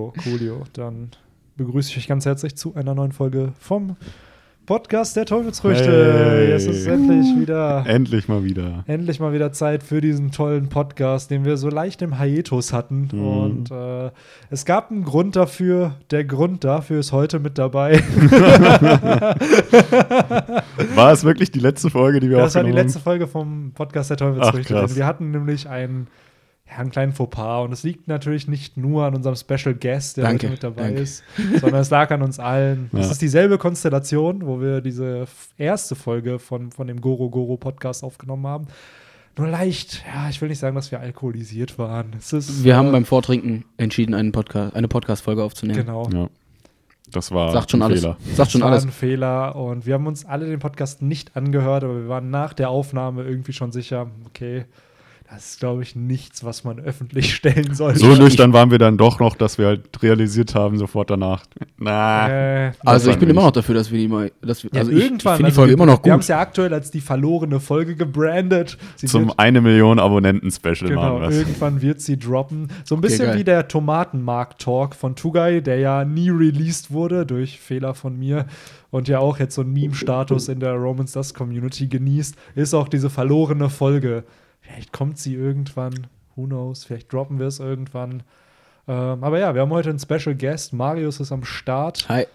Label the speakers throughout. Speaker 1: Jo, coolio. Dann begrüße ich euch ganz herzlich zu einer neuen Folge vom Podcast der Teufelsfrüchte.
Speaker 2: Hey.
Speaker 1: Es ist endlich wieder,
Speaker 2: Endlich mal wieder.
Speaker 1: endlich mal wieder Zeit für diesen tollen Podcast, den wir so leicht im Hiatus hatten. Und äh, es gab einen Grund dafür. Der Grund dafür ist heute mit dabei.
Speaker 2: War es wirklich die letzte Folge, die wir
Speaker 1: Das war die
Speaker 2: aufgenommen
Speaker 1: letzte Folge vom Podcast der Teufelsfrüchte.
Speaker 2: Ach,
Speaker 1: denn
Speaker 2: krass.
Speaker 1: wir hatten nämlich einen, ja, einen kleinen Fauxpas und es liegt natürlich nicht nur an unserem Special Guest, der heute
Speaker 3: Danke,
Speaker 1: mit dabei
Speaker 3: danke.
Speaker 1: ist, sondern es lag an uns allen. Es
Speaker 2: Ja.
Speaker 1: ist dieselbe Konstellation, wo wir diese f- erste Folge von, von dem Goro Goro Podcast aufgenommen haben. Nur leicht, ja, ich will nicht sagen, dass wir alkoholisiert waren. Es ist, äh,
Speaker 3: Wir haben beim Vortrinken entschieden, einen Podcast, eine Podcast-Folge aufzunehmen.
Speaker 1: genau.
Speaker 2: haben? Ja. Das war
Speaker 3: Sagt schon
Speaker 2: ein
Speaker 3: alles.
Speaker 2: Fehler.
Speaker 3: Sagt schon
Speaker 1: Das war
Speaker 3: alles.
Speaker 1: ein Fehler und wir haben uns alle den Podcast nicht angehört, aber wir waren nach der Aufnahme irgendwie schon sicher, okay, das ist, glaube ich, nichts, was man öffentlich stellen sollte.
Speaker 2: So nüchtern waren wir dann doch noch, dass wir halt realisiert haben, sofort danach.
Speaker 1: Äh,
Speaker 2: Na.
Speaker 3: Also ich
Speaker 2: Wahrscheinlich.
Speaker 3: bin immer noch dafür, dass wir die mal. Dass wir,
Speaker 1: ja,
Speaker 3: also ich, ich
Speaker 1: irgendwann.
Speaker 3: finde die
Speaker 1: also
Speaker 3: Folge
Speaker 1: wir-
Speaker 3: immer noch
Speaker 1: Wir haben es
Speaker 3: gut.
Speaker 1: ja aktuell als die verlorene Folge gebrandet. Sie
Speaker 2: Zum
Speaker 1: wird,
Speaker 2: eine Million Abonnenten-Special
Speaker 1: genau,
Speaker 2: machen wir es.
Speaker 1: irgendwann wird sie droppen. So ein bisschen
Speaker 3: geil.
Speaker 1: wie der Tomatenmarkt-Talk von Tugai, der ja nie released wurde durch Fehler von mir und ja auch jetzt so einen Meme-Status in der Romans Dust Community genießt, ist auch diese verlorene Folge. Vielleicht kommt sie irgendwann, who knows, vielleicht droppen wir es irgendwann. Ähm, aber ja, wir haben heute einen Special Guest. Marius ist am Start.
Speaker 3: Hi.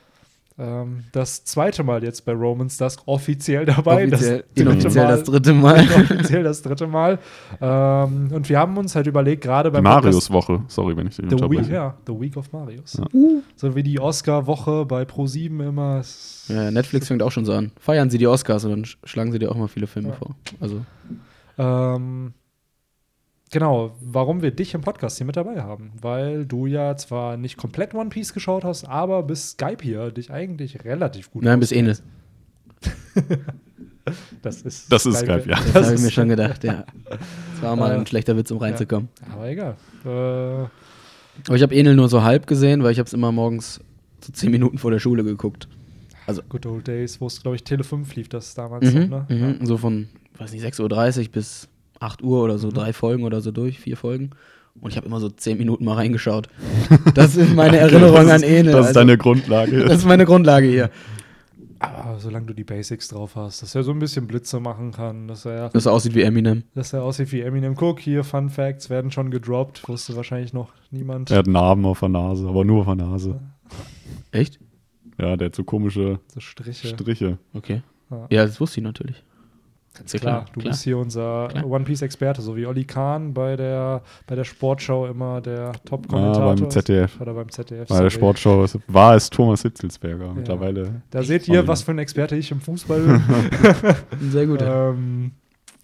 Speaker 1: Ähm, das zweite Mal jetzt bei Romans Dusk offiziell dabei.
Speaker 3: Offiziell,
Speaker 1: das dritte
Speaker 3: inoffiziell
Speaker 1: Mal.
Speaker 3: das dritte Mal.
Speaker 1: offiziell das dritte Mal. Ähm, und wir haben uns halt überlegt, gerade
Speaker 2: Die
Speaker 1: beim Podcast-
Speaker 2: Marius-Woche. Sorry, wenn ich den
Speaker 1: The Week,
Speaker 2: unterbreche.
Speaker 1: ja, The Week of Marius. So wie die Oscar-Woche bei Pro7 immer. Es-
Speaker 3: Ja, Netflix fängt auch schon so an. Feiern Sie die Oscars und dann sch- schlagen Sie dir auch mal viele Filme
Speaker 1: Ja.
Speaker 3: vor. Also
Speaker 1: Ähm, genau, warum wir dich im Podcast hier mit dabei haben. Weil du ja zwar nicht komplett One Piece geschaut hast, aber bis Skype hier dich eigentlich relativ gut
Speaker 3: nein, bis Ähnel.
Speaker 1: Das ist
Speaker 2: Das ist Skype, ja.
Speaker 3: Das, habe ich mir schon gedacht. Ja, das war mal
Speaker 1: Äh,
Speaker 3: ein schlechter Witz, um reinzukommen.
Speaker 1: Aber egal. Äh,
Speaker 3: Aber ich habe Ähnel nur so halb gesehen, weil ich habe es immer morgens so zehn Minuten vor der Schule geguckt. Also,
Speaker 1: Good Old Days, wo es, glaube ich, Tele 5 lief, das damals.
Speaker 3: Mhm,
Speaker 1: ne?
Speaker 3: mhm. So von, weiß nicht, 6.30 Uhr bis 8 Uhr oder so, drei Folgen oder so durch, vier Folgen. Und ich habe immer so 10 Minuten mal reingeschaut. Das ist meine Erinnerung
Speaker 2: das ist,
Speaker 3: an Ene.
Speaker 2: Das ist
Speaker 3: also,
Speaker 2: deine Grundlage.
Speaker 3: das ist meine Grundlage hier.
Speaker 1: Aber solange du die Basics drauf hast, dass er so ein bisschen Blitze machen kann, dass er,
Speaker 3: Das aussieht wie Eminem.
Speaker 1: dass er aussieht wie Eminem Cook. Hier, Fun Facts werden schon gedroppt, wusste wahrscheinlich noch niemand.
Speaker 2: er hat einen Narben auf der Nase, aber nur auf der Nase.
Speaker 3: Echt?
Speaker 2: Ja, der hat so komische
Speaker 1: So Striche.
Speaker 2: Striche.
Speaker 3: Okay.
Speaker 1: Ja.
Speaker 3: Ja, das wusste ich natürlich.
Speaker 1: Ganz
Speaker 3: Ja,
Speaker 1: klar,
Speaker 3: klar,
Speaker 1: du
Speaker 3: klar.
Speaker 1: bist hier unser
Speaker 3: Klar.
Speaker 1: One Piece Experte, so wie Olli Kahn bei der, bei der Sportschau immer der Top-Kommentator.
Speaker 2: Ah, beim
Speaker 1: ist.
Speaker 2: ZDF.
Speaker 1: Oder beim ZDF.
Speaker 2: Bei
Speaker 1: sorry.
Speaker 2: der Sportshow ist- war es Thomas Hitzelsberger. Mittlerweile
Speaker 1: Da seht ihr,
Speaker 2: Olli.
Speaker 1: was für ein Experte ich im Fußball bin.
Speaker 3: Ein sehr guter.
Speaker 1: ähm,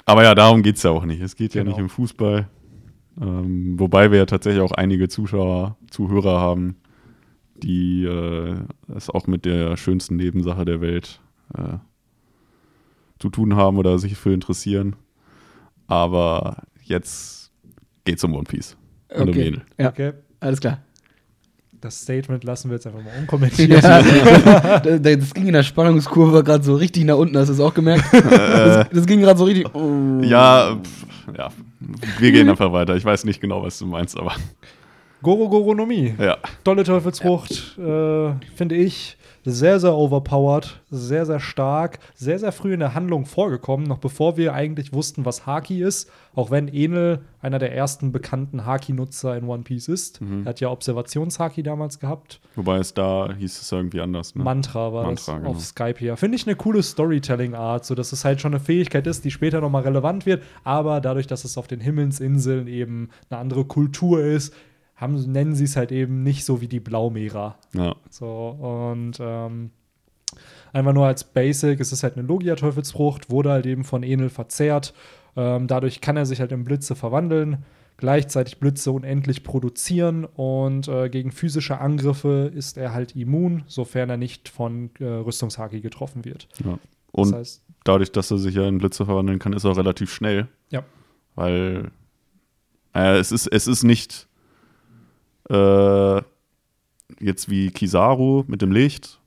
Speaker 2: Aber ja, darum geht es ja auch nicht. Es geht
Speaker 1: Genau.
Speaker 2: ja nicht im Fußball. Ähm, wobei wir ja tatsächlich auch einige Zuschauer, Zuhörer haben, die äh, es auch mit der schönsten Nebensache der Welt äh, zu tun haben oder sich für interessieren. Aber jetzt geht's um One Piece. Und um
Speaker 3: Okay.
Speaker 2: Ene.
Speaker 3: Ja,
Speaker 1: okay.
Speaker 3: alles klar.
Speaker 1: Das Statement lassen wir jetzt einfach mal
Speaker 3: Ja.
Speaker 1: unkommentiert.
Speaker 3: das, das ging in der Spannungskurve gerade so richtig nach unten, hast du es auch gemerkt? Das, das ging gerade so richtig. Oh.
Speaker 2: Ja, pf, ja, wir gehen einfach weiter. Ich weiß nicht genau, was du meinst, aber
Speaker 1: Goro Goronomie.
Speaker 2: ja.
Speaker 1: Dolle Teufelsfrucht, äh, finde ich, sehr, sehr overpowered, sehr, sehr stark, sehr, sehr früh in der Handlung vorgekommen, noch bevor wir eigentlich wussten, was Haki ist. Auch wenn Enel einer der ersten bekannten Haki-Nutzer in One Piece ist.
Speaker 2: Mhm.
Speaker 1: Er hat ja Observationshaki damals gehabt.
Speaker 2: Wobei es da hieß es irgendwie anders. Ne?
Speaker 1: Mantra war
Speaker 2: Mantra,
Speaker 1: das
Speaker 2: genau.
Speaker 1: auf Skype hier. Finde ich eine coole Storytelling-Art, so dass es halt schon eine Fähigkeit ist, die später nochmal relevant wird, aber dadurch, dass es auf den Himmelsinseln eben eine andere Kultur ist, haben, nennen sie es halt eben nicht so wie die Blaumehrer.
Speaker 2: Ja.
Speaker 1: So, und ähm, einfach nur als Basic, es ist halt eine Logia-Teufelsfrucht, wurde halt eben von Enel verzehrt. Ähm, dadurch kann er sich halt in Blitze verwandeln, gleichzeitig Blitze unendlich produzieren und äh, gegen physische Angriffe ist er halt immun, sofern er nicht von äh, Rüstungshaki getroffen wird.
Speaker 2: ja. Und
Speaker 1: das heißt,
Speaker 2: dadurch, dass er sich ja in Blitze verwandeln kann, ist er auch relativ schnell.
Speaker 1: Ja.
Speaker 2: Weil äh, es, ist, es ist nicht äh, jetzt wie Kizaru mit dem Licht,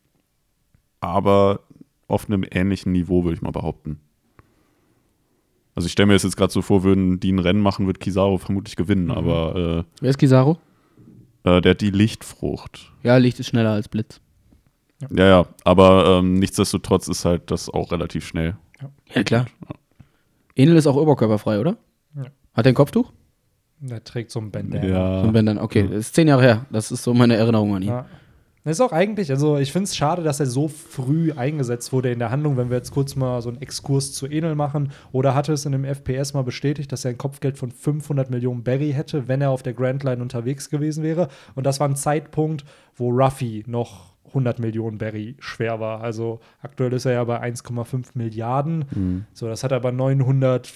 Speaker 2: aber auf einem ähnlichen Niveau, würde ich mal behaupten. Also ich stelle mir das jetzt gerade so vor, würden die ein Rennen machen, wird Kizaru vermutlich gewinnen, aber
Speaker 3: Wer ist Kizaru?
Speaker 2: Äh, der hat die Lichtfrucht.
Speaker 3: Ja, Licht ist schneller als Blitz.
Speaker 2: Ja, ja, aber ähm, nichtsdestotrotz ist halt das auch relativ schnell.
Speaker 3: Ja, klar. Enel ist auch oberkörperfrei, oder?
Speaker 1: Ja.
Speaker 3: Hat er ein Kopftuch?
Speaker 1: Der trägt so ein Bandana.
Speaker 2: Ja.
Speaker 3: Und wenn dann, okay, das ist zehn Jahre her. Das ist so meine Erinnerung an ihn.
Speaker 1: Ja. Das ist auch eigentlich, also ich finde es schade, dass er so früh eingesetzt wurde in der Handlung, wenn wir jetzt kurz mal so einen Exkurs zu Enel machen. Oder hatte es in dem FPS mal bestätigt, dass er ein Kopfgeld von 500 Millionen Barry hätte, wenn er auf der Grand Line unterwegs gewesen wäre. Und das war ein Zeitpunkt, wo Ruffy noch 100 Millionen Barry schwer war. Also aktuell ist er ja bei 1,5 Milliarden. So, das hat aber 900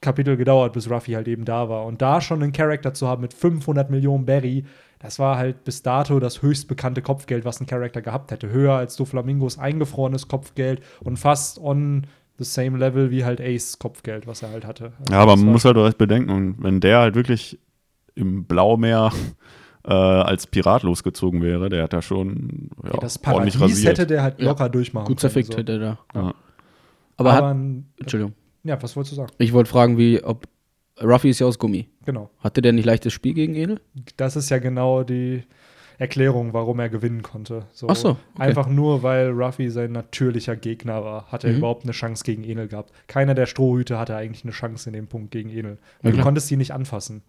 Speaker 1: Kapitel gedauert, bis Ruffy halt eben da war. Und da schon einen Charakter zu haben mit 500 Millionen Barry, das war halt bis dato das höchstbekannte Kopfgeld, was ein Charakter gehabt hätte. Höher als Doflamingos eingefrorenes Kopfgeld und fast on the same level wie halt Ace Kopfgeld, was er halt hatte. Also
Speaker 2: Ja, aber
Speaker 1: das
Speaker 2: man
Speaker 1: war-
Speaker 2: muss halt auch recht bedenken, und wenn der halt wirklich im Blaumeer äh, als Pirat losgezogen wäre, der hat da schon ja,
Speaker 1: Ey, das
Speaker 2: ordentlich
Speaker 1: Paradies
Speaker 2: rasiert.
Speaker 1: hätte der halt
Speaker 3: Ja.
Speaker 1: locker durchmachen
Speaker 3: Gut
Speaker 1: können.
Speaker 3: zerfickt
Speaker 1: so.
Speaker 3: hätte er da.
Speaker 2: ja.
Speaker 3: Aber,
Speaker 1: Aber
Speaker 3: hat,
Speaker 1: ein-
Speaker 3: Entschuldigung,
Speaker 1: ja, was wolltest du sagen?
Speaker 3: ich wollte fragen, wie, ob Ruffy ist ja aus Gummi.
Speaker 1: Genau.
Speaker 3: Hatte der nicht leichtes Spiel gegen Enel?
Speaker 1: Das ist ja genau die Erklärung, warum er gewinnen konnte. So,
Speaker 3: Ach so, okay.
Speaker 1: Einfach nur, weil Ruffy sein natürlicher Gegner war, hat er
Speaker 3: Mhm.
Speaker 1: überhaupt eine Chance gegen Enel gehabt. Keiner der Strohhüte hatte eigentlich eine Chance in dem Punkt gegen Enel.
Speaker 3: Ja,
Speaker 1: Weil du
Speaker 3: klar.
Speaker 1: konntest sie nicht anfassen.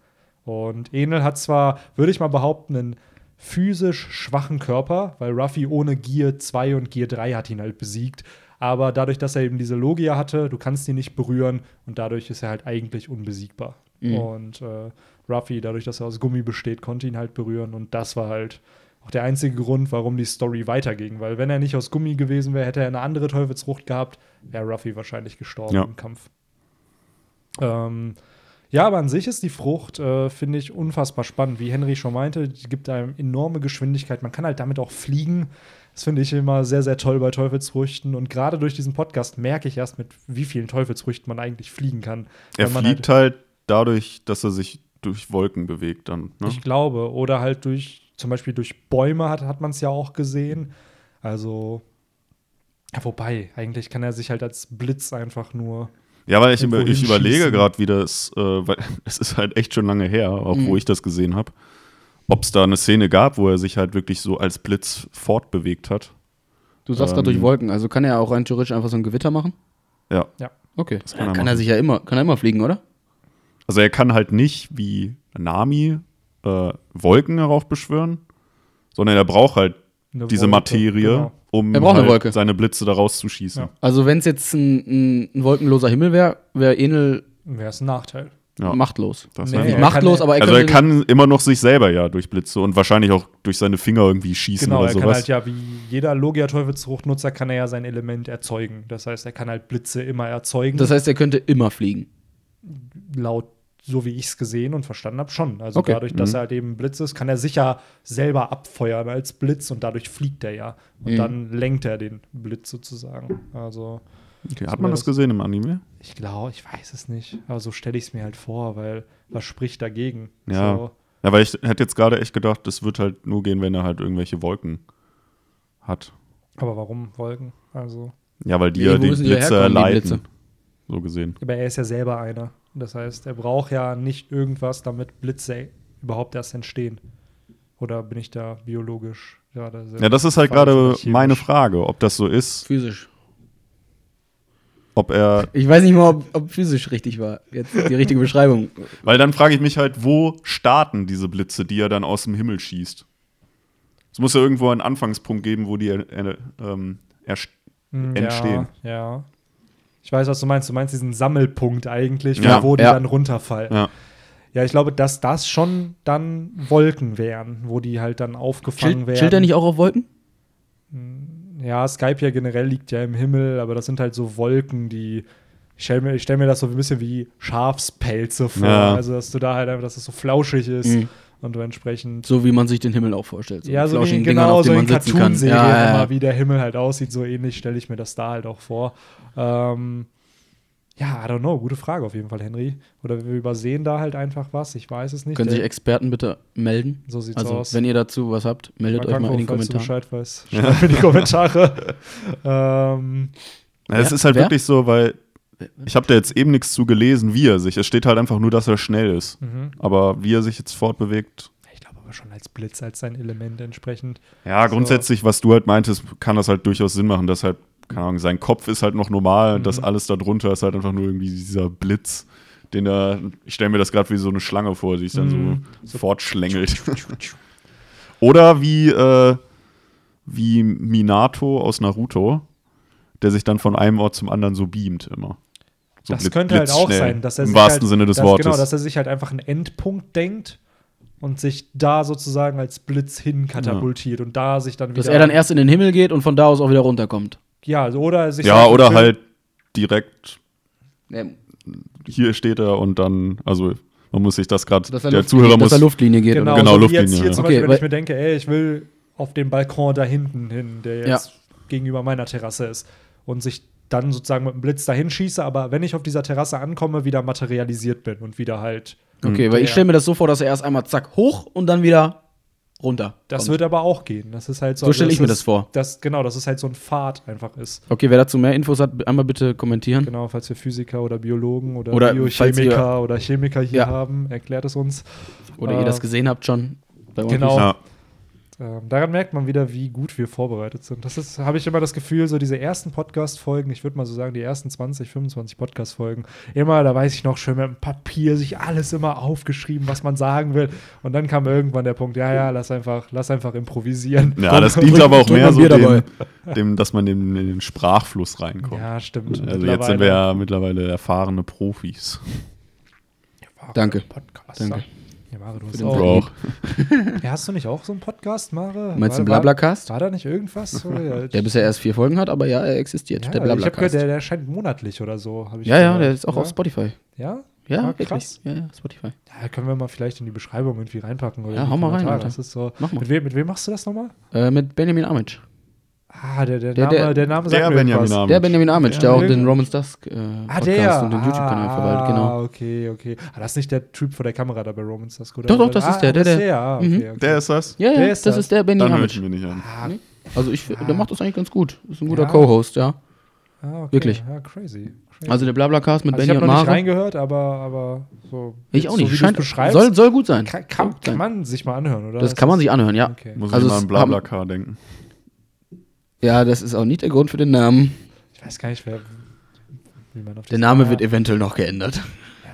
Speaker 1: Und Enel hat zwar, würde ich mal behaupten, einen physisch schwachen Körper, weil Ruffy ohne Gear 2 und Gear 3 hat ihn halt besiegt. Aber dadurch, dass er eben diese Logia hatte, du kannst ihn nicht berühren und dadurch ist er halt eigentlich unbesiegbar.
Speaker 3: Mhm.
Speaker 1: Und äh, Ruffy, dadurch, dass er aus Gummi besteht, konnte ihn halt berühren und das war halt auch der einzige Grund, warum die Story weiterging. Weil wenn er nicht aus Gummi gewesen wäre, hätte er eine andere Teufelsfrucht gehabt, wäre Ruffy wahrscheinlich gestorben
Speaker 2: Ja.
Speaker 1: im Kampf. Ähm, ja, aber an sich ist die Frucht, äh, finde ich, unfassbar spannend. Wie Henry schon meinte, die gibt einem enorme Geschwindigkeit. Man kann halt damit auch fliegen. Das finde ich immer sehr, sehr toll bei Teufelsfrüchten. Und gerade durch diesen Podcast merke ich erst, mit wie vielen Teufelsfrüchten man eigentlich fliegen kann.
Speaker 2: Er
Speaker 1: Wenn man
Speaker 2: fliegt halt dadurch, dass er sich durch Wolken bewegt dann. Ne?
Speaker 1: ich glaube. Oder halt durch, zum Beispiel durch Bäume hat, hat man es ja auch gesehen. Also, ja, wobei, eigentlich kann er sich halt als Blitz einfach nur.
Speaker 2: Ja, weil ich,
Speaker 1: Irgendwo
Speaker 2: über, ich
Speaker 1: hinschießen.
Speaker 2: überlege gerade, wie das, äh, weil es ist halt echt schon lange her, auch
Speaker 1: Mhm.
Speaker 2: wo ich das gesehen habe, ob es da eine Szene gab, wo er sich halt wirklich so als Blitz fortbewegt hat.
Speaker 3: Du sagst gerade
Speaker 2: Ähm.
Speaker 3: durch Wolken, also kann er auch rein theoretisch einfach so ein Gewitter machen?
Speaker 2: Ja.
Speaker 1: Ja.
Speaker 3: Okay.
Speaker 2: kann
Speaker 3: Dann
Speaker 2: er
Speaker 3: kann er
Speaker 2: machen.
Speaker 3: sich ja immer, kann er immer fliegen, oder?
Speaker 2: Also er kann halt nicht wie Nami äh, Wolken heraufbeschwören, sondern er braucht halt
Speaker 1: Eine
Speaker 2: diese
Speaker 1: Wolke.
Speaker 2: Materie,
Speaker 1: Genau.
Speaker 2: um
Speaker 3: Er braucht eine
Speaker 2: halt
Speaker 3: Wolke.
Speaker 2: seine Blitze daraus zu schießen.
Speaker 1: Ja.
Speaker 3: Also wenn es jetzt ein, ein, ein wolkenloser Himmel wäre, wäre Enel
Speaker 1: Wäre es ein Nachteil.
Speaker 2: Ja.
Speaker 3: machtlos.
Speaker 2: Das
Speaker 1: Nee,
Speaker 2: weiß ich
Speaker 3: Nicht
Speaker 1: er
Speaker 2: nicht.
Speaker 3: machtlos,
Speaker 1: kann-
Speaker 3: aber er
Speaker 2: also er
Speaker 3: könnte-
Speaker 2: kann immer noch sich selber ja durch Blitze und wahrscheinlich auch durch seine Finger irgendwie schießen
Speaker 1: Genau,
Speaker 2: oder
Speaker 1: er kann
Speaker 2: sowas.
Speaker 1: halt ja wie jeder Logia-Teufelsfruchtnutzer kann er ja sein Element erzeugen. Das heißt, er kann halt Blitze immer erzeugen.
Speaker 3: Das heißt, er könnte immer fliegen.
Speaker 1: laut so wie ich es gesehen und verstanden habe, schon. Also
Speaker 3: Okay.
Speaker 1: dadurch,
Speaker 2: Mhm.
Speaker 1: dass er halt eben Blitz ist, kann er sicher selber abfeuern als Blitz und dadurch fliegt er ja. Und
Speaker 3: Mhm.
Speaker 1: dann lenkt er den Blitz sozusagen. Also
Speaker 2: okay, hat man das gesehen im Anime?
Speaker 1: ich glaube, ich weiß es nicht. Aber so stelle ich es mir halt vor, weil was spricht dagegen?
Speaker 2: Ja.
Speaker 1: So,
Speaker 2: Ja, weil ich hätte jetzt gerade echt gedacht, das wird halt nur gehen, wenn er halt irgendwelche Wolken hat.
Speaker 1: aber warum Wolken? Also.
Speaker 2: Ja, weil die
Speaker 3: Nee,
Speaker 2: ja
Speaker 3: wo
Speaker 2: die
Speaker 3: müssen die
Speaker 2: Blitze
Speaker 3: herkommen, die
Speaker 2: leiten.
Speaker 3: Blitze?
Speaker 2: So gesehen.
Speaker 1: Aber er ist ja selber einer. Das heißt, er braucht ja nicht irgendwas, damit Blitze überhaupt erst entstehen. Oder bin ich da biologisch gerade sehr
Speaker 2: Ja, das ist halt
Speaker 1: falsch
Speaker 2: gerade
Speaker 1: oder chemisch?
Speaker 2: meine Frage, ob das so ist,
Speaker 3: Physisch.
Speaker 2: ob er.
Speaker 3: Ich weiß nicht mal, ob, ob physisch richtig war. Jetzt die richtige Beschreibung.
Speaker 2: Weil dann frage ich mich halt, wo starten diese Blitze, die er dann aus dem Himmel schießt? Es muss ja irgendwo einen Anfangspunkt geben, wo die äh, äh, ähm, erst-
Speaker 1: Mm,
Speaker 2: entstehen.
Speaker 1: Ja, ja. Ich weiß, was du meinst. Du meinst diesen Sammelpunkt eigentlich, von
Speaker 2: Ja,
Speaker 1: wo die
Speaker 3: ja.
Speaker 1: dann runterfallen. Ja.
Speaker 2: Ja.
Speaker 1: ich glaube, dass das schon dann Wolken wären, wo die halt dann aufgefangen
Speaker 3: Chillt
Speaker 1: werden.
Speaker 3: chillt er nicht auch auf Wolken?
Speaker 1: Ja, Skype ja generell liegt ja im Himmel, aber das sind halt so Wolken, die. Ich stelle mir, ich stell mir das so ein bisschen wie Schafspelze vor.
Speaker 2: Ja.
Speaker 1: Also, dass du da halt einfach, dass das so flauschig ist
Speaker 3: Mhm.
Speaker 1: und du entsprechend.
Speaker 3: So wie man sich den Himmel auch vorstellt.
Speaker 1: ja,
Speaker 3: mit
Speaker 1: so wie,
Speaker 3: flauschigen
Speaker 1: genau, so in
Speaker 3: sitzen kann.
Speaker 1: Cartoonserien
Speaker 3: Ja, ja, ja.
Speaker 1: immer, wie der Himmel halt aussieht, so ähnlich stelle ich mir das da halt auch vor. Ähm, ja, I don't know, gute Frage auf jeden Fall, Henry. Oder wir übersehen da halt einfach was, ich weiß es nicht.
Speaker 3: Können sich
Speaker 1: Der-
Speaker 3: Experten bitte melden?
Speaker 1: so sieht's
Speaker 3: Also,
Speaker 1: aus.
Speaker 3: wenn ihr dazu was habt, meldet euch mal
Speaker 1: Makanko,
Speaker 3: in
Speaker 1: falls
Speaker 3: den
Speaker 1: du
Speaker 3: Kommentaren.
Speaker 1: Bescheid weißt, schreib mir in die Kommentare. ähm,
Speaker 2: Ja, es
Speaker 3: Wer-
Speaker 2: ist halt
Speaker 3: wer?
Speaker 2: wirklich so, weil ich habe da jetzt eben nichts zu gelesen, wie er sich. Es steht halt einfach nur, dass er schnell ist.
Speaker 1: mhm.
Speaker 2: Aber wie er sich jetzt fortbewegt,
Speaker 1: Ich glaube, aber schon als Blitz, als sein Element entsprechend.
Speaker 2: Ja, grundsätzlich, was du halt meintest, kann das halt durchaus Sinn machen, dass halt, keine Ahnung, sein Kopf ist halt noch normal
Speaker 1: Mhm.
Speaker 2: und das alles darunter ist halt einfach nur irgendwie dieser Blitz, den er, ich stelle mir das gerade wie so eine Schlange vor, die sich dann
Speaker 1: Mhm.
Speaker 2: so fortschlängelt. Oder wie, äh, wie Minato aus Naruto, der sich dann von einem Ort zum anderen so beamt immer. So
Speaker 1: das
Speaker 2: blit-
Speaker 1: könnte halt auch
Speaker 2: blitzschnell,
Speaker 1: sein, dass er
Speaker 2: Im
Speaker 1: sich
Speaker 2: wahrsten
Speaker 1: halt,
Speaker 2: Sinne des
Speaker 1: dass,
Speaker 2: Wortes.
Speaker 1: Genau, dass er sich halt einfach einen Endpunkt denkt und sich da sozusagen als Blitz hinkatapultiert und da sich dann wieder.
Speaker 3: Dass er dann erst in den Himmel geht und von da aus auch wieder runterkommt.
Speaker 1: ja, also oder sich
Speaker 2: ja,
Speaker 1: sagt,
Speaker 2: oder
Speaker 1: ich will-
Speaker 2: halt direkt
Speaker 3: Ähm,
Speaker 2: hier steht er und dann, also man muss sich das gerade,
Speaker 3: Dass er,
Speaker 2: der
Speaker 3: Luft-
Speaker 2: Zuhörer muss,
Speaker 3: dass er Luftlinie geht.
Speaker 1: Genau,
Speaker 2: genau,
Speaker 1: so wie jetzt
Speaker 2: Luftlinie,
Speaker 1: hier
Speaker 2: ja.
Speaker 1: zum
Speaker 3: Okay,
Speaker 1: Beispiel, wenn
Speaker 3: weil-
Speaker 1: ich mir denke, ey, ich will auf den Balkon da hinten hin, der jetzt gegenüber meiner Terrasse ist und sich dann sozusagen mit dem Blitz dahin schieße, aber wenn ich auf dieser Terrasse ankomme, wieder materialisiert bin und wieder halt.
Speaker 2: Genau.
Speaker 3: Okay, weil ich
Speaker 1: Ja.
Speaker 3: stelle mir das so vor, dass er erst einmal zack hoch und dann wieder runter.
Speaker 1: Das
Speaker 3: kommt.
Speaker 1: wird aber auch gehen. Das ist halt so.
Speaker 3: So stelle ich mir
Speaker 1: ist-
Speaker 3: das vor.
Speaker 1: Das, genau, dass es halt so ein Pfad einfach ist.
Speaker 3: Okay, wer dazu mehr Infos hat, einmal bitte kommentieren.
Speaker 1: Genau, falls wir Physiker oder Biologen oder,
Speaker 3: Oder falls ihr-
Speaker 1: Biochemiker oder Chemiker hier
Speaker 3: Ja.
Speaker 1: haben, erklärt es uns.
Speaker 3: Oder
Speaker 1: Äh,
Speaker 3: ihr das gesehen habt schon. bei One
Speaker 1: Genau.
Speaker 3: Piece.
Speaker 2: ja,
Speaker 1: Ähm, daran merkt man wieder, wie gut wir vorbereitet sind. Das ist, habe ich immer das Gefühl, so diese ersten Podcast-Folgen, ich würde mal so sagen, die ersten 20, 25 Podcast-Folgen, immer, da weiß ich noch schön mit dem Papier sich alles immer aufgeschrieben, was man sagen will. Und dann kam irgendwann der Punkt, ja, ja, lass einfach, lass einfach improvisieren.
Speaker 2: ja
Speaker 3: Komm,
Speaker 2: das
Speaker 3: drück-
Speaker 2: dient aber auch
Speaker 3: drück
Speaker 2: mehr
Speaker 3: mal
Speaker 2: so
Speaker 3: Bier
Speaker 2: dem, dem, dass man dem, in den Sprachfluss reinkommt.
Speaker 1: Ja, stimmt.
Speaker 2: also jetzt sind wir ja mittlerweile erfahrene Profis.
Speaker 1: Mittlerweile.
Speaker 3: Danke.
Speaker 1: Podcast.
Speaker 3: Danke.
Speaker 1: Ja, Mare, du hast
Speaker 3: den
Speaker 1: auch.
Speaker 3: Blabla.
Speaker 2: Auch.
Speaker 1: Ja, hast du nicht auch so einen Podcast, Mare?
Speaker 3: Meinst du
Speaker 1: War- war-
Speaker 3: Blablacast?
Speaker 1: War da nicht irgendwas? So, ja,
Speaker 3: Der bisher erst vier Folgen hat, aber ja, er existiert.
Speaker 1: ja,
Speaker 3: der
Speaker 1: ich hab gehört,
Speaker 3: Blablacast.
Speaker 1: der, der scheint monatlich oder so. hab ich
Speaker 3: Ja, ja,
Speaker 1: gehört.
Speaker 3: der ist auch
Speaker 1: ja?
Speaker 3: auf Spotify.
Speaker 1: Ja?
Speaker 3: Ja,
Speaker 1: Ah,
Speaker 3: wirklich.
Speaker 1: krass.
Speaker 3: Ja, ja, Spotify.
Speaker 1: Ja, können wir mal vielleicht in die Beschreibung irgendwie reinpacken. Oder
Speaker 3: Ja,
Speaker 1: in die
Speaker 3: hau mal rein,
Speaker 1: Kommentare.
Speaker 3: Alter.
Speaker 1: Das ist so.
Speaker 3: Mach mal.
Speaker 1: Mit, wem, mit wem machst du das nochmal?
Speaker 3: Äh, mit Benjamin Amic.
Speaker 1: Ah, der, der,
Speaker 3: Der-
Speaker 1: Name, der,
Speaker 3: der-
Speaker 1: Name sagt
Speaker 2: Der
Speaker 1: mir
Speaker 2: Benjamin
Speaker 1: irgendwas.
Speaker 2: Amic.
Speaker 3: Der Benjamin Amic,
Speaker 2: Ja,
Speaker 3: der, auch
Speaker 1: Benjamin.
Speaker 3: den Roman's Dusk äh,
Speaker 1: Ah,
Speaker 3: Podcast
Speaker 1: der.
Speaker 3: und den YouTube-Kanal
Speaker 1: ah,
Speaker 3: verwaltet, genau.
Speaker 1: okay, okay. Ah, das ist nicht der Typ vor der Kamera da bei Romans das gut.
Speaker 3: Doch, doch, das
Speaker 1: ah,
Speaker 3: ist der, der,
Speaker 1: das ist
Speaker 3: der.
Speaker 1: der. Ah, okay, okay.
Speaker 2: Der ist das?
Speaker 3: Ja, ja,
Speaker 1: Der
Speaker 3: das
Speaker 1: ist das.
Speaker 3: ist der Benjamin
Speaker 2: Dann höre ich
Speaker 3: Amic.
Speaker 2: mir nicht an.
Speaker 1: ah,
Speaker 3: Also ich, der macht das eigentlich ganz gut. Ist ein guter
Speaker 1: Ja.
Speaker 3: Co-Host, ja.
Speaker 1: ah, okay.
Speaker 3: Mhm. Wirklich.
Speaker 1: Ja, crazy. crazy.
Speaker 3: Also der Blablacast mit
Speaker 1: Also ich
Speaker 3: Benny
Speaker 1: habe
Speaker 3: und
Speaker 1: noch nicht
Speaker 3: Mare.
Speaker 1: reingehört, aber, aber so.
Speaker 3: Ich auch
Speaker 1: So,
Speaker 3: nicht.
Speaker 1: wie
Speaker 3: Scheint,
Speaker 1: du es beschreibst,
Speaker 3: soll, soll gut sein.
Speaker 1: kann, kann, kann man sich mal anhören, oder?
Speaker 3: das
Speaker 1: Ist
Speaker 3: kann man sich anhören, ja.
Speaker 1: Okay.
Speaker 2: Muss
Speaker 3: Also
Speaker 2: ich mal
Speaker 3: es
Speaker 2: an Blablacar denken.
Speaker 3: Ja, das ist auch nicht der Grund für den Namen.
Speaker 1: Ich weiß gar nicht, wer. Wie man auf
Speaker 3: Der
Speaker 1: das-
Speaker 3: Name
Speaker 1: Ah,
Speaker 3: wird eventuell noch geändert.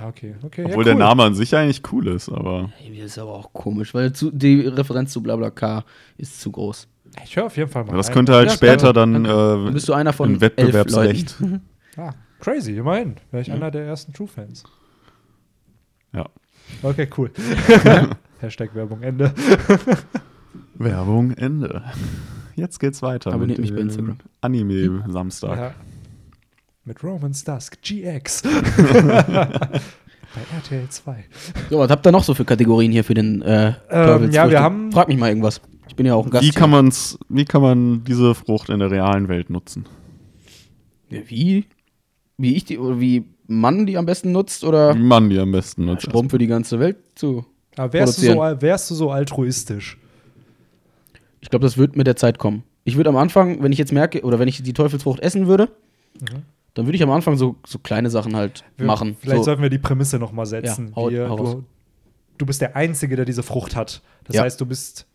Speaker 1: Ja, okay. okay
Speaker 2: Obwohl
Speaker 1: ja,
Speaker 2: der
Speaker 1: cool.
Speaker 2: Name an sich eigentlich cool ist, aber
Speaker 3: Das ist aber auch komisch, weil zu, die Referenz zu Blablacar ist zu groß.
Speaker 1: Ich höre auf jeden Fall mal.
Speaker 2: das
Speaker 1: rein.
Speaker 2: könnte halt
Speaker 3: Ja,
Speaker 2: später dann
Speaker 3: danke. Dann
Speaker 2: äh,
Speaker 3: bist du einer
Speaker 2: im
Speaker 3: von elf Leuten.
Speaker 2: Wettbewerbsrecht.
Speaker 1: Ah, crazy, immerhin. Wäre ich einer der ersten True-Fans.
Speaker 2: Ja.
Speaker 1: Okay, cool. Hashtag Werbung Ende.
Speaker 2: Werbung Ende. Jetzt geht's weiter.
Speaker 3: Abonniert
Speaker 2: mit
Speaker 3: mich bei
Speaker 2: dem
Speaker 3: Instagram.
Speaker 2: Anime Samstag.
Speaker 1: Ja. Mit Romans Dusk GX. Bei RTL 2.
Speaker 3: So, was habt ihr noch so für Kategorien hier für den äh, Teufelsfrühstück?
Speaker 1: Ähm, ja, wir haben-
Speaker 3: Frag mich mal irgendwas. Ich bin ja auch ein Gast.
Speaker 2: Wie kann,
Speaker 3: hier.
Speaker 2: man's, wie kann man diese Frucht in der realen Welt nutzen?
Speaker 3: Ja, wie? Wie ich die, oder wie Mann die am besten nutzt oder
Speaker 2: Wie man die am besten nutzt.
Speaker 3: Strom für die ganze Welt zu?
Speaker 1: Aber wärst du, so,
Speaker 3: Produzieren.
Speaker 1: wärst du so altruistisch?
Speaker 3: Ich glaube, das wird mit der Zeit kommen. Ich würde am Anfang, wenn ich jetzt merke, oder wenn ich die Teufelsfrucht essen würde, dann würde ich am Anfang so, so kleine Sachen halt
Speaker 1: Mhm. Wir-
Speaker 3: machen.
Speaker 1: Vielleicht
Speaker 3: so.
Speaker 1: sollten wir die Prämisse nochmal setzen.
Speaker 3: Ja, hau-
Speaker 1: Wir-
Speaker 3: hau raus.
Speaker 1: du, du bist der Einzige, der diese Frucht hat. Das
Speaker 3: Ja.
Speaker 1: heißt, du bist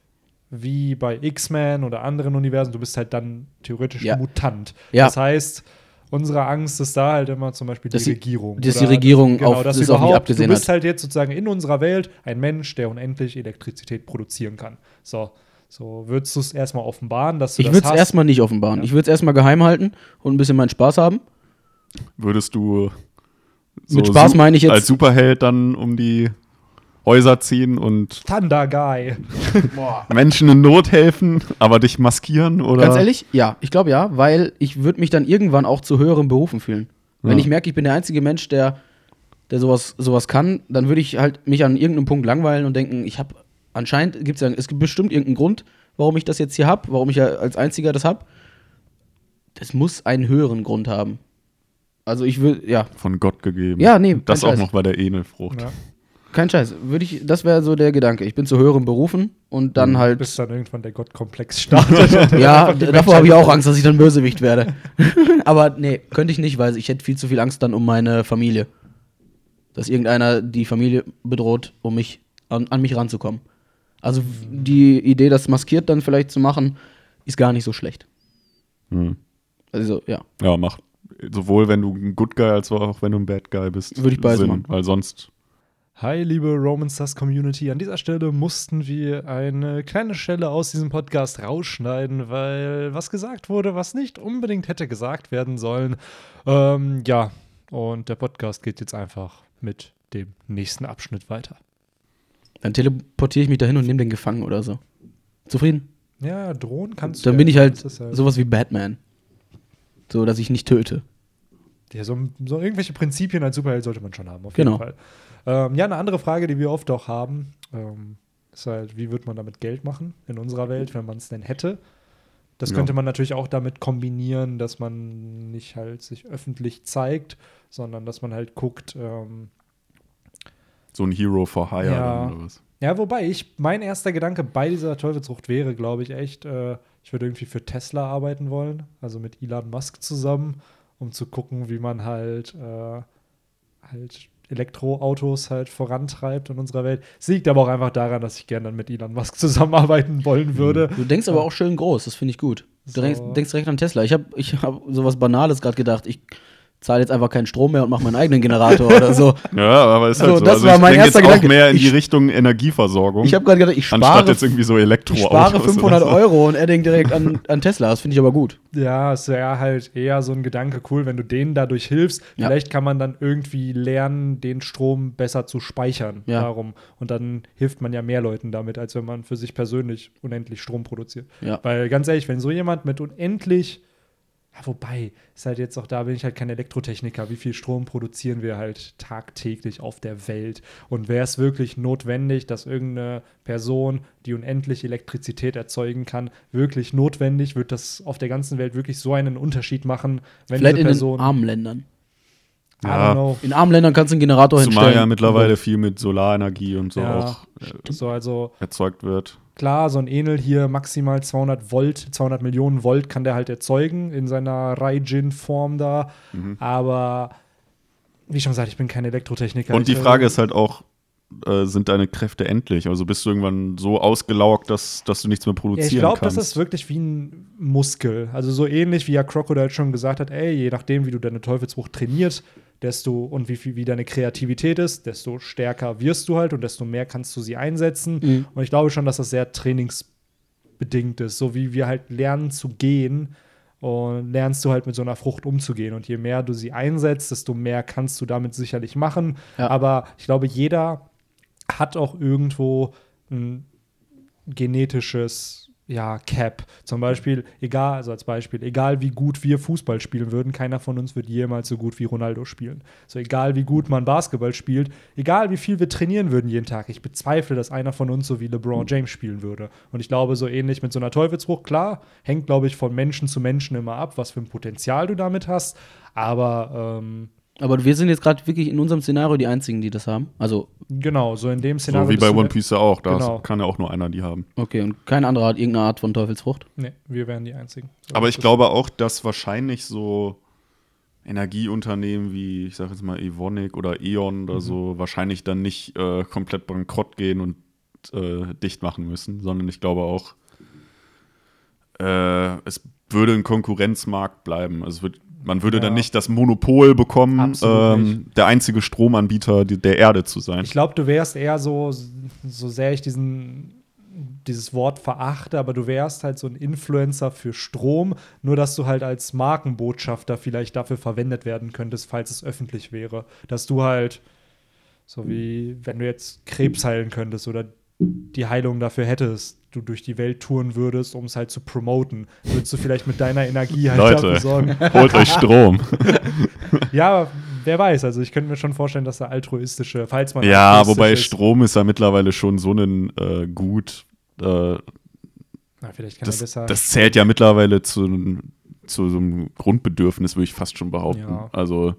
Speaker 1: wie bei X-Men oder anderen Universen, du bist halt dann theoretisch
Speaker 3: Ja.
Speaker 1: Mutant.
Speaker 3: Ja.
Speaker 1: Das heißt, unsere Angst ist da halt immer zum Beispiel
Speaker 3: Dass
Speaker 1: die
Speaker 3: die-
Speaker 1: Regierung.
Speaker 3: dass die Regierung
Speaker 1: genau,
Speaker 3: auf
Speaker 1: dass
Speaker 3: das auch nicht
Speaker 1: überhaupt,
Speaker 3: abgesehen
Speaker 1: Du bist
Speaker 3: hat.
Speaker 1: halt jetzt sozusagen in unserer Welt ein Mensch, der unendlich Elektrizität produzieren kann. So. So, würdest du es erstmal offenbaren, dass du
Speaker 3: Ich
Speaker 1: das
Speaker 3: würde es
Speaker 1: hast?
Speaker 3: erstmal nicht offenbaren. Ich würde es erstmal geheim halten und ein bisschen meinen Spaß haben.
Speaker 2: Also Würdest du
Speaker 3: Mit Spaß
Speaker 2: su-
Speaker 3: meine ich jetzt-
Speaker 2: als Superheld dann um die Häuser ziehen und
Speaker 1: Thunder Guy.
Speaker 2: Menschen in Not helfen, aber dich maskieren? Oder?
Speaker 3: Ganz ehrlich? Ja, ich glaube ja, weil ich würde mich dann irgendwann auch zu höheren Berufen fühlen. Wenn
Speaker 2: Ja.
Speaker 3: ich merke, ich bin der einzige Mensch, der, der sowas, sowas kann, dann würde ich halt mich an irgendeinem Punkt langweilen und denken, ich habe anscheinend, gibt's ja, es gibt bestimmt irgendeinen Grund, warum ich das jetzt hier habe, warum ich ja als einziger das habe. Das muss einen höheren Grund haben. Also ich würde, ja,
Speaker 2: Von Gott gegeben.
Speaker 3: Ja, nee, kein
Speaker 2: Das auch
Speaker 3: Scheiß.
Speaker 2: noch bei der Enelfrucht.
Speaker 1: Ja,
Speaker 3: kein Scheiß. Würde ich, das wäre so der Gedanke. Ich bin zu höheren Berufen und dann halt
Speaker 1: bis dann irgendwann der Gottkomplex startet. und
Speaker 3: Ja,
Speaker 1: einfach die
Speaker 3: davor habe ich
Speaker 1: Menschheit-
Speaker 3: auch Angst, dass ich dann Bösewicht werde. Aber nee, könnte ich nicht, weil ich hätte viel zu viel Angst dann um meine Familie. Dass irgendeiner die Familie bedroht, um mich an, an mich ranzukommen. Also w- die Idee, das maskiert dann vielleicht zu machen, ist gar nicht so schlecht.
Speaker 2: Hm.
Speaker 3: Also ja,
Speaker 2: Ja, macht sowohl wenn du ein Good Guy als auch wenn du ein Bad Guy bist.
Speaker 3: Würde ich beides machen.
Speaker 2: Weil sonst
Speaker 1: Hi, liebe Roman Stars Community. An dieser Stelle mussten wir eine kleine Stelle aus diesem Podcast rausschneiden, weil was gesagt wurde, was nicht unbedingt hätte gesagt werden sollen. Ähm, ja, und der Podcast geht jetzt einfach mit dem nächsten Abschnitt weiter.
Speaker 3: dann teleportiere ich mich dahin und nehme den gefangen oder so. Zufrieden?
Speaker 1: Ja, drohen kannst
Speaker 3: Dann
Speaker 1: du.
Speaker 3: bin ich halt
Speaker 1: so,
Speaker 3: sowas wie Batman. So, dass ich nicht töte.
Speaker 1: ja, so, so irgendwelche Prinzipien als Superheld sollte man schon haben, auf
Speaker 3: Genau.
Speaker 1: jeden Fall. Ähm, ja, eine andere Frage, die wir oft auch haben, ähm, ist halt, wie wird man damit Geld machen in unserer Welt, wenn man es denn hätte? Das
Speaker 2: Ja.
Speaker 1: könnte man natürlich auch damit kombinieren, dass man nicht halt sich öffentlich zeigt, sondern dass man halt guckt, ähm,
Speaker 2: so ein Hero for Hire
Speaker 1: Ja.
Speaker 2: dann oder was.
Speaker 1: Ja, wobei ich, mein erster Gedanke bei dieser Teufelsfrucht wäre, glaube ich, echt, äh, ich würde irgendwie für Tesla arbeiten wollen, also mit Elon Musk zusammen, um zu gucken, wie man halt, äh, halt Elektroautos halt vorantreibt in unserer Welt. Es liegt aber auch einfach daran, dass ich gerne dann mit Elon Musk zusammenarbeiten wollen würde.
Speaker 3: Du denkst aber auch schön groß, das finde ich gut. Du
Speaker 1: So.
Speaker 3: denkst, denkst direkt an Tesla. Ich habe ich hab sowas Banales gerade gedacht. Ich zahle jetzt einfach keinen Strom mehr und mache meinen eigenen Generator oder so.
Speaker 2: Ja, aber ist halt
Speaker 3: So,
Speaker 2: so.
Speaker 3: Also das war
Speaker 2: ich
Speaker 3: mein
Speaker 2: denke
Speaker 3: erster
Speaker 2: jetzt
Speaker 3: Gedanke.
Speaker 2: auch mehr in die
Speaker 3: Ich-
Speaker 2: Richtung Energieversorgung.
Speaker 3: Ich habe gerade gedacht, ich
Speaker 2: anstatt
Speaker 3: spare,
Speaker 2: jetzt irgendwie so
Speaker 3: ich
Speaker 2: Elektroautos.
Speaker 3: spare
Speaker 2: oder
Speaker 3: 500
Speaker 2: so.
Speaker 3: Euro und er denkt direkt an, an Tesla. Das finde ich aber gut.
Speaker 1: Ja, es wäre halt eher so ein Gedanke, cool, wenn du denen dadurch hilfst.
Speaker 3: Ja.
Speaker 1: Vielleicht kann man dann irgendwie lernen, den Strom besser zu speichern.
Speaker 3: Ja.
Speaker 1: Darum. Und dann hilft man ja mehr Leuten damit, als wenn man für sich persönlich unendlich Strom produziert.
Speaker 3: Ja.
Speaker 1: Weil ganz ehrlich, wenn so jemand mit unendlich, ja, wobei, ist halt jetzt auch da, bin ich halt kein Elektrotechniker. Wie viel Strom produzieren wir halt tagtäglich auf der Welt? Und wäre es wirklich notwendig, dass irgendeine Person, die unendlich Elektrizität erzeugen kann, wirklich notwendig, wird das auf der ganzen Welt wirklich so einen Unterschied machen, wenn
Speaker 3: Vielleicht
Speaker 1: diese
Speaker 3: in
Speaker 1: Person.
Speaker 3: den armen Ländern.
Speaker 1: I
Speaker 2: Ja.
Speaker 1: don't know.
Speaker 3: In armen Ländern kannst du einen Generator
Speaker 2: Zumal
Speaker 3: hinstellen.
Speaker 2: ja mittlerweile viel mit Solarenergie und so
Speaker 1: Ja.
Speaker 2: auch äh,
Speaker 1: So, also
Speaker 2: erzeugt wird.
Speaker 1: Klar, so ein Enel hier maximal 200 Volt, 200 Millionen Volt kann der halt erzeugen in seiner Raijin-Form da.
Speaker 2: Mhm.
Speaker 1: Aber wie schon gesagt, ich bin kein Elektrotechniker.
Speaker 2: Und die
Speaker 1: Ich, äh,
Speaker 2: Frage ist halt auch, äh, sind deine Kräfte endlich? Also bist du irgendwann so ausgelaugt, dass, dass du nichts mehr
Speaker 1: Ja,
Speaker 2: produzieren
Speaker 1: ich glaube, das
Speaker 2: kannst?
Speaker 1: ist wirklich wie ein Muskel. Also so ähnlich wie ja Crocodile schon gesagt hat, ey, je nachdem, wie du deine Teufelsfrucht trainierst, desto und wie viel wie deine Kreativität ist, desto stärker wirst du halt und desto mehr kannst du sie einsetzen.
Speaker 3: Mhm.
Speaker 1: Und ich glaube schon, dass das sehr trainingsbedingt ist, so wie wir halt lernen zu gehen. Und lernst du halt mit so einer Frucht umzugehen. Und je mehr du sie einsetzt, desto mehr kannst du damit sicherlich machen.
Speaker 3: Ja.
Speaker 1: Aber ich glaube, jeder hat auch irgendwo ein genetisches ja, Cap. Zum Beispiel, egal, also als Beispiel, egal wie gut wir Fußball spielen würden, keiner von uns wird jemals so gut wie Ronaldo spielen. So egal wie gut man Basketball spielt, egal wie viel wir trainieren würden jeden Tag, ich bezweifle, dass einer von uns so wie LeBron James spielen würde. Und ich glaube, so ähnlich mit so einer Teufelsfrucht, klar, hängt, glaube ich, von Menschen zu Menschen immer ab, was für ein Potenzial du damit hast. Aber ähm,
Speaker 3: Aber wir sind jetzt gerade wirklich in unserem Szenario die Einzigen, die das haben. Also,
Speaker 1: genau, so in dem Szenario.
Speaker 2: so wie
Speaker 1: bist
Speaker 2: bei
Speaker 1: du
Speaker 2: One
Speaker 1: der-
Speaker 2: Piece ja auch. Da
Speaker 1: Genau.
Speaker 2: kann ja auch nur einer die haben.
Speaker 3: okay, und kein anderer hat irgendeine Art von Teufelsfrucht.
Speaker 1: Nee, wir wären die Einzigen. So,
Speaker 2: Aber ich
Speaker 1: das-
Speaker 2: glaube auch, dass wahrscheinlich so Energieunternehmen wie, ich sage jetzt mal, Evonik oder E.ON
Speaker 1: Mhm.
Speaker 2: oder so, wahrscheinlich dann nicht äh, komplett bankrott gehen und äh, dicht machen müssen, sondern ich glaube auch, äh, es würde ein Konkurrenzmarkt bleiben. Also es wird, man würde dann
Speaker 1: Ja.
Speaker 2: nicht das Monopol bekommen,
Speaker 1: Absolut
Speaker 2: ähm, der einzige Stromanbieter die, der Erde zu sein.
Speaker 1: Ich glaube, du wärst eher so, so sehr ich diesen, dieses Wort verachte, aber du wärst halt so ein Influencer für Strom, nur dass du halt als Markenbotschafter vielleicht dafür verwendet werden könntest, falls es öffentlich wäre. Dass du halt, so wie wenn du jetzt Krebs heilen könntest oder die Heilung dafür hättest, du durch die Welt touren würdest, um es halt zu promoten, würdest du vielleicht mit deiner Energie halt dafür
Speaker 2: Leute,
Speaker 1: sorgen.
Speaker 2: holt euch Strom.
Speaker 1: Ja, wer weiß, also ich könnte mir schon vorstellen, dass da altruistische, falls man
Speaker 2: ja,
Speaker 1: altruistisch
Speaker 2: wobei
Speaker 1: ist-
Speaker 2: Strom ist ja mittlerweile schon so ein äh, Gut, äh,
Speaker 1: Na, vielleicht kann er
Speaker 2: das,
Speaker 1: besser.
Speaker 2: das zählt ja mittlerweile zu, zu so einem Grundbedürfnis, würde ich fast schon behaupten.
Speaker 1: Ja.
Speaker 2: Also,